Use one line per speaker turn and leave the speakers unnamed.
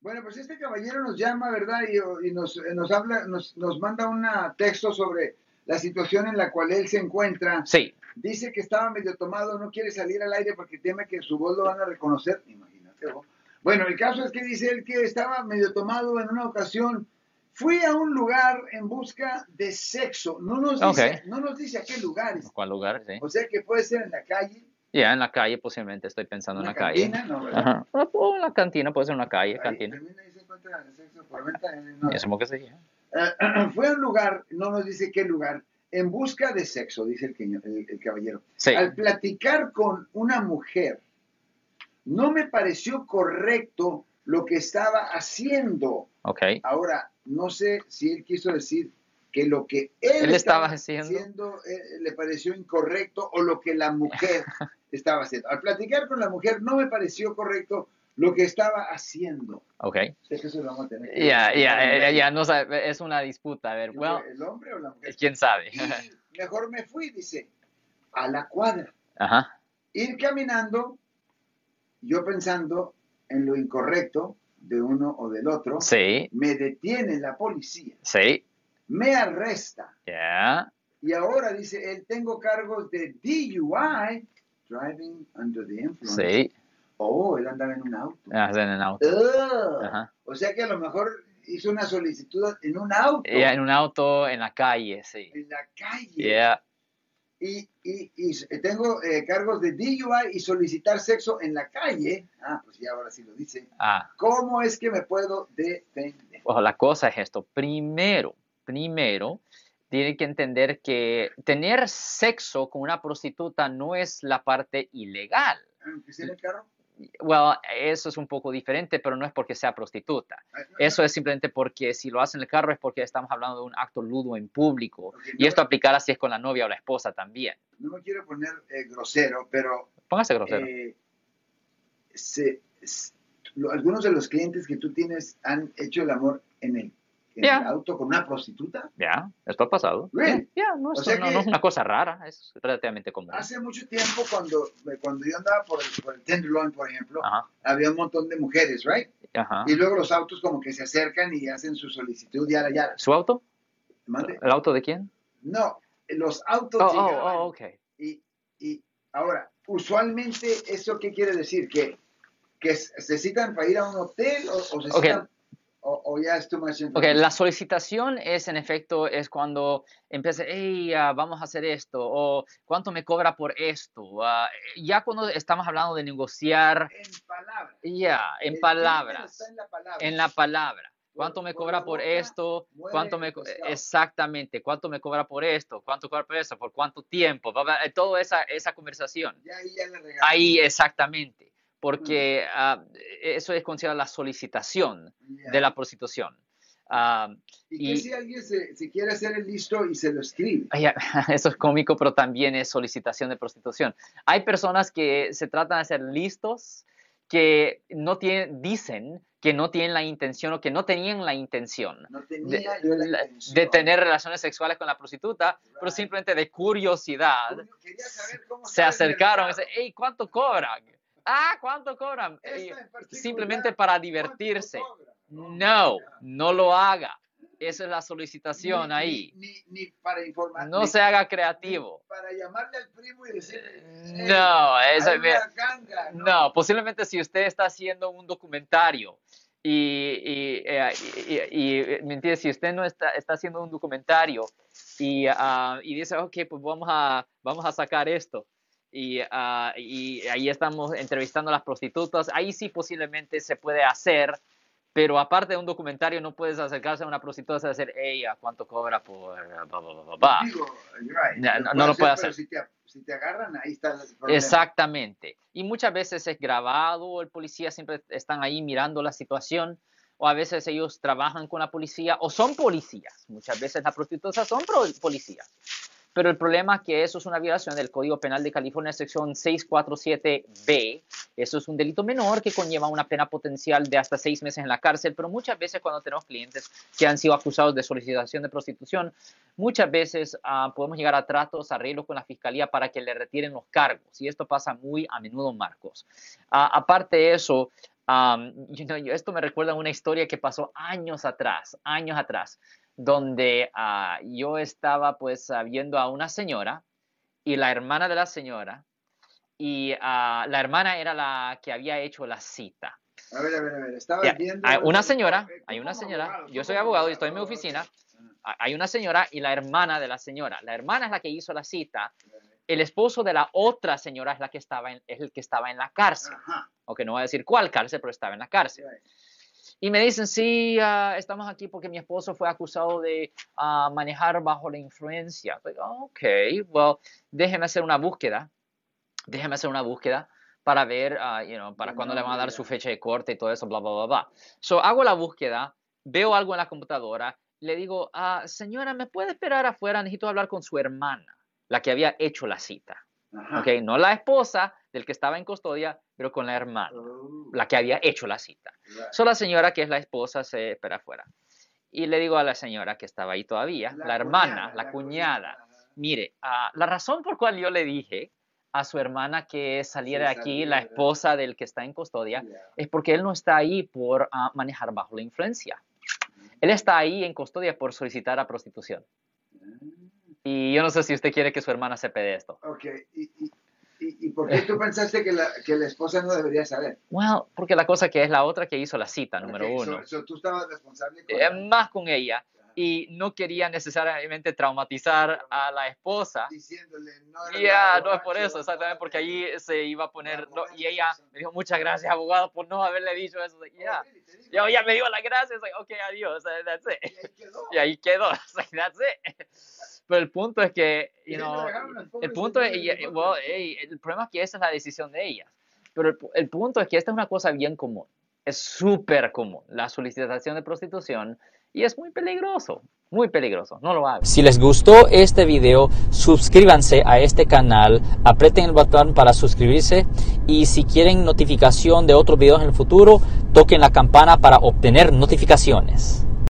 Bueno, pues este caballero nos llama, ¿verdad? Y, y nos, eh, nos habla, nos, nos manda un texto sobre la situación en la cual él se encuentra.
Sí.
Dice que estaba medio tomado, no quiere salir al aire porque teme que su voz lo van a reconocer. Imagínate vos. Bueno, el caso es que dice él que estaba medio tomado en una ocasión. Fui a un lugar en busca de sexo. No nos dice,
Ok.
no nos dice a qué lugar.
¿Cuál lugar? Sí.
O sea que puede ser en la calle,
Ya, en la calle posiblemente estoy pensando en
una
la calle.
cantina, no, ¿verdad?
Ajá. O en la cantina, puede ser una calle,
Ahí Ah.
cantina.
termina y se encuentra el sexo por venta en- no.
Eso es lo que se llama.
Eh, fue a un lugar, no nos dice qué lugar, en busca de sexo, dice el, queño- el- el caballero.
Sí.
Al platicar con una mujer, no me pareció correcto lo que estaba haciendo.
Ok.
Ahora, no sé si él quiso decir que lo que él,
Él estaba haciendo.
eh, le pareció incorrecto o lo que la mujer estaba haciendo. Al platicar con la mujer, no me pareció correcto lo que estaba haciendo.
Ok.
Es que eso lo vamos a tener que-
Ya, ya, eh, ya, no sabe, es una disputa. A ver, well,
¿El hombre o la mujer?
quién sabe.
Y mejor me fui, dice, a la cuadra.
Ajá.
Ir caminando, yo pensando en lo incorrecto de uno o del otro,
Sí,
me detiene la policía,
sí,
me arresta.
ya.
Y ahora dice, él tengo cargos de DUI, driving under the influence.
Sí,
Oh, él andaba en un auto.
hacen en auto.
Ugh.
Ajá.
O sea que a lo mejor hizo una solicitud en un auto,
Ya, en un auto, en la calle, sí.
en la calle.
Ya,
y, y, y s- tengo eh, cargos de DUI y solicitar sexo en la calle. Ah, pues ya ahora sí lo dice.
ah,
¿Cómo es que me puedo defender?
ojo, la cosa es esto. Primero, primero, tiene que entender que tener sexo con una prostituta no es la parte ilegal.
Aunque sea en el carro?
Well, eso es un poco diferente, pero no es porque sea prostituta.
Ah, no,
Eso es simplemente porque si lo hacen en el carro es porque estamos hablando de un acto ludo en público.
Ok,
Y
no,
esto aplicará si es con la novia o la esposa también.
No me quiero poner eh, grosero, pero
Póngase grosero.
eh, se- s- lo- algunos de los clientes que tú tienes han hecho el amor en el, en
Ya.
el auto con una prostituta.
Ya, esto ha pasado. Ya,
Really?
ya, no,
O
esto
sea
no-
que- Ah,
no es una cosa rara, es relativamente común.
Hace mucho tiempo, cuando, cuando yo andaba por el, por el Tenderloin, por ejemplo,
Ajá,
había un montón de mujeres, ¿right?
ajá.
Y luego los autos como que se acercan y hacen su solicitud, ya, ya.
¿Su auto?
Mande.
¿El auto de quién?
No, los autos
Oh, oh,
llegaban
oh, ok.
y, y ahora, usualmente, ¿eso qué quiere decir? ¿Que, que s- se citan para ir a un hotel o, o se
Ok.
citan- o, o ya es too much
Ok,
information?
la solicitación es en efecto, es cuando empieza, hey, ah, vamos a hacer esto, o cuánto me cobra por esto. Ah, ya cuando estamos hablando de negociar,
En palabras.
ya,
El
en
crimen
palabras,
está en la palabra.
en la palabra. ¿Cuánto
Por-
me
por
cobra
la
por
boca
esto?
muere
¿Cuánto
el
me co- e,
pescado.
exactamente? ¿Cuánto me cobra por esto? ¿Cuánto cobra por eso? ¿Por cuánto tiempo? Bla, bla, eh, Toda esa, esa conversación.
Ya ahí ya la regaste.
Ahí exactamente, porque ah, eso es considerado la solicitación
Ya.
de la prostitución. Ah,
¿Y, qué
y-
si alguien se, se quiere hacer el listo y se lo escribe?
ay, ah, eso es cómico, pero también es solicitación de prostitución. Hay personas que se tratan de ser listos, que no tienen, dicen que no tienen la intención o que no tenían la intención
No
de,
tenía yo la
la- de
intención.
tener relaciones sexuales con la prostituta, pero
Right.
simplemente de curiosidad
Uno quería saber cómo
se
estaba el
acercaron y
mercado.
dicen, hey, ¿cuánto cobran? Ah, ¿cuánto cobran?
Esta
Y
en particular,
simplemente para divertirse. No, no lo haga. Esa es la solicitación
Ni-
ahí.
Ni, ni para informar.
No
ni
se haga creativo.
Para llamarle al primo y decirle. "Hey,
No,
hay
Eh, eso,
una
mira,
ganga", ¿no?
no, posiblemente si usted está haciendo un documentario y, y, eh, y- y- y, ¿me entiende? Si usted no está, está haciendo un documentario y, ah, y dice, ok, pues vamos a, vamos a sacar esto. Y, ah, y ahí estamos entrevistando a las prostitutas. Ahí sí posiblemente se puede hacer, pero aparte de un documentario no puedes acercarse a una prostituta y decir, ella, ¿cuánto cobra por...? bla, bla, bla, bla, bla"?
Digo, you're right,
No, no, no lo
pero
puede hacer.
Si te, si te agarran, ahí está el problema.
Exactamente. Y muchas veces es grabado, el policía siempre están ahí mirando la situación, o a veces ellos trabajan con la policía o son policías. Muchas veces las prostitutas son pro- policías. Pero el problema es que eso es una violación del Código Penal de California, sección 647B. Eso es un delito menor que conlleva una pena potencial de hasta seis meses en la cárcel, pero muchas veces cuando tenemos clientes que han sido acusados de solicitación de prostitución, muchas veces ah, podemos llegar a tratos, arreglos con la fiscalía para que le retiren los cargos. Y esto pasa muy a menudo, Marcos. Ah, aparte de eso, Um, you know, yo- esto me recuerda a una historia que pasó años atrás, años atrás, donde ah, yo estaba pues ah, viendo a una señora y la hermana de la señora, y ah, la hermana era la que había hecho la cita.
A ver, a ver, a ver. Estaba
Ya,
viendo.
hay una señora,
Eh, tú
hay una
como
señora,
abogado,
yo
tú
soy
como
abogado y estoy en mi
abogado,
oficina.
ok.
Ah, Hay una señora y la hermana de la señora. La hermana es la que hizo la cita.
Ah,
El esposo de la otra señora es la que estaba en, es el que estaba en la cárcel.
Ajá.
Aunque no voy a decir cuál cárcel, pero estaba en la cárcel. Y me dicen, sí, ah, estamos aquí porque mi esposo fue acusado de ah, manejar bajo la influencia. Pues, ok, well, déjeme hacer una búsqueda. Déjeme hacer una búsqueda para ver, ah, you know, para
Ya,
cuándo
no,
le van a dar
ya.
su fecha de corte y todo eso, bla, bla, bla, bla. So, hago la búsqueda, veo algo en la computadora, le digo, "Ah, señora, ¿me puede esperar afuera? Necesito hablar con su hermana, la que había hecho la cita.
Ajá.
Ok, no la esposa del que estaba en custodia, pero con la hermana,
Oh,
la que había hecho la cita.
right.
So la señora, que es la esposa, se espera afuera. Y le digo a la señora que estaba ahí todavía, la, hermana,
cuñada,
la, cuñada, mire, ah, la razón por cual yo le dije a su hermana que saliera de aquí, la
saliera.
esposa del que está en custodia,
Ya.
es porque él no está ahí por ah, manejar bajo la influencia. Él está ahí en custodia por solicitar a prostitución. Y yo no sé si usted quiere que su hermana sepa de esto.
Ok, ¿Y, y, y, y por qué tú pensaste que la, que la esposa no debería saber?
Well, porque la cosa que es la otra que hizo la cita, Ah, número
Ok,
uno.
so- so tú estabas responsable con
Eh, más con ella. y no quería necesariamente traumatizar a la esposa.
diciéndole no
mm, Ya,
eres la
no es por
borracha,
eso, exactamente, porque allí se iba a poner, no,
Vamos,
y ella
vamos.
me dijo, muchas gracias, abogado, por no haberle dicho eso. Ya,
Oh, really, te digo.
ya ella me dio las gracias, like, ok, adiós, eh, that's
Y
it.
ahí quedó.
Y ahí quedó, it's like, that's it. Pero el punto es que,
Y
you
ahí
know,
me dejaron las pobres
el punto es,
señoras
y-
en
well,
paz.
hey, el problema es que esa es la decisión de ellas. Pero el, pu- el punto es que esta es una cosa bien común. Es súper común la solicitación de prostitución y es muy peligroso, muy peligroso. No lo hagas.
Si les gustó este video, suscríbanse a este canal, aprieten el botón para suscribirse y si quieren notificación de otros videos en el futuro, toquen la campana para obtener notificaciones.